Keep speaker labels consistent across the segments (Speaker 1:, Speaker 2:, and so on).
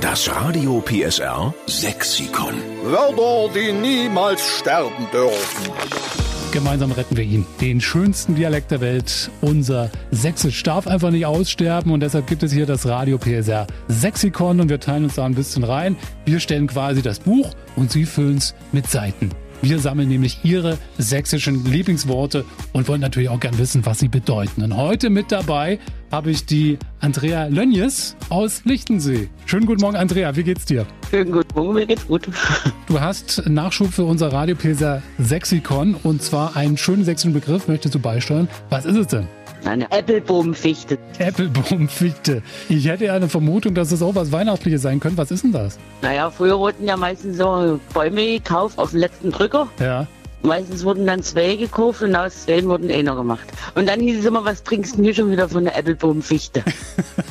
Speaker 1: Das Radio PSR Sexikon.
Speaker 2: Wörter, die niemals sterben dürfen.
Speaker 3: Gemeinsam retten wir ihn. Den schönsten Dialekt der Welt. Unser Sächsisch darf einfach nicht aussterben und deshalb gibt es hier das Radio PSR Sexikon und wir teilen uns da ein bisschen rein. Wir stellen quasi das Buch und Sie füllen es mit Seiten. Wir sammeln nämlich Ihre sächsischen Lieblingsworte und wollen natürlich auch gern wissen, was sie bedeuten. Und heute mit dabei habe ich die Andrea Lönjes aus Lichtensee. Schönen guten Morgen, Andrea. Wie geht's dir?
Speaker 4: Schönen guten Morgen, mir geht's gut.
Speaker 3: Du hast Nachschub für unser Radiopilser Sexikon und zwar einen schönen sächsischen Begriff möchtest du beisteuern. Was ist es denn?
Speaker 4: Eine Äppelbohmfichte.
Speaker 3: Äppelbaumfichte. Ich hätte ja eine Vermutung, dass es auch was Weihnachtliches sein könnte. Was ist denn das?
Speaker 4: Naja, früher wurden ja meistens so Bäume gekauft auf dem letzten Drücker.
Speaker 3: Ja.
Speaker 4: Meistens wurden dann zwei gekauft und aus zwei wurden einer gemacht. Und dann hieß es immer, was trinkst du hier schon wieder von der Äppelbohmfichte?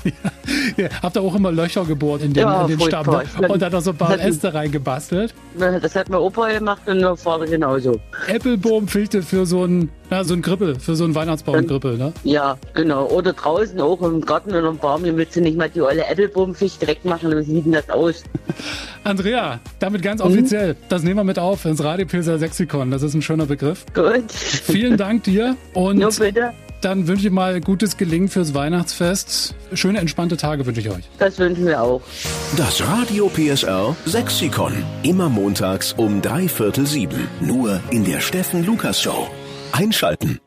Speaker 3: ja. Habt ihr auch immer Löcher gebohrt in den,
Speaker 4: Ja,
Speaker 3: in den Stamm
Speaker 4: furchtbar.
Speaker 3: ne? und dann noch so ein paar Äste reingebastelt?
Speaker 4: Das hat mein Opa gemacht und mein Vater genauso.
Speaker 3: Äppelbaumfichte für so ein, na, so ein Grippel, für so ein Weihnachtsbaumgrippel, ne?
Speaker 4: Ja, genau. Oder draußen auch im Garten oder im Baum. Hier willst du nicht mal die olle Äppelbohmfichte wegmachen, dann sieht denn das aus.
Speaker 3: Andrea, damit
Speaker 4: Mhm.
Speaker 3: ganz offiziell, das nehmen wir mit auf ins Radiopilser Sexikon. Das ist ein schöner Begriff.
Speaker 4: Gut.
Speaker 3: Vielen Dank dir und
Speaker 4: Nur bitte,
Speaker 3: dann wünsche ich mal gutes Gelingen fürs Weihnachtsfest. Schöne, entspannte Tage wünsche ich euch.
Speaker 4: das wünschen wir auch.
Speaker 1: Das Radio PSR Sexikon. Immer montags um drei Viertel sieben. Nur in der Steffen Lukas Show. Einschalten.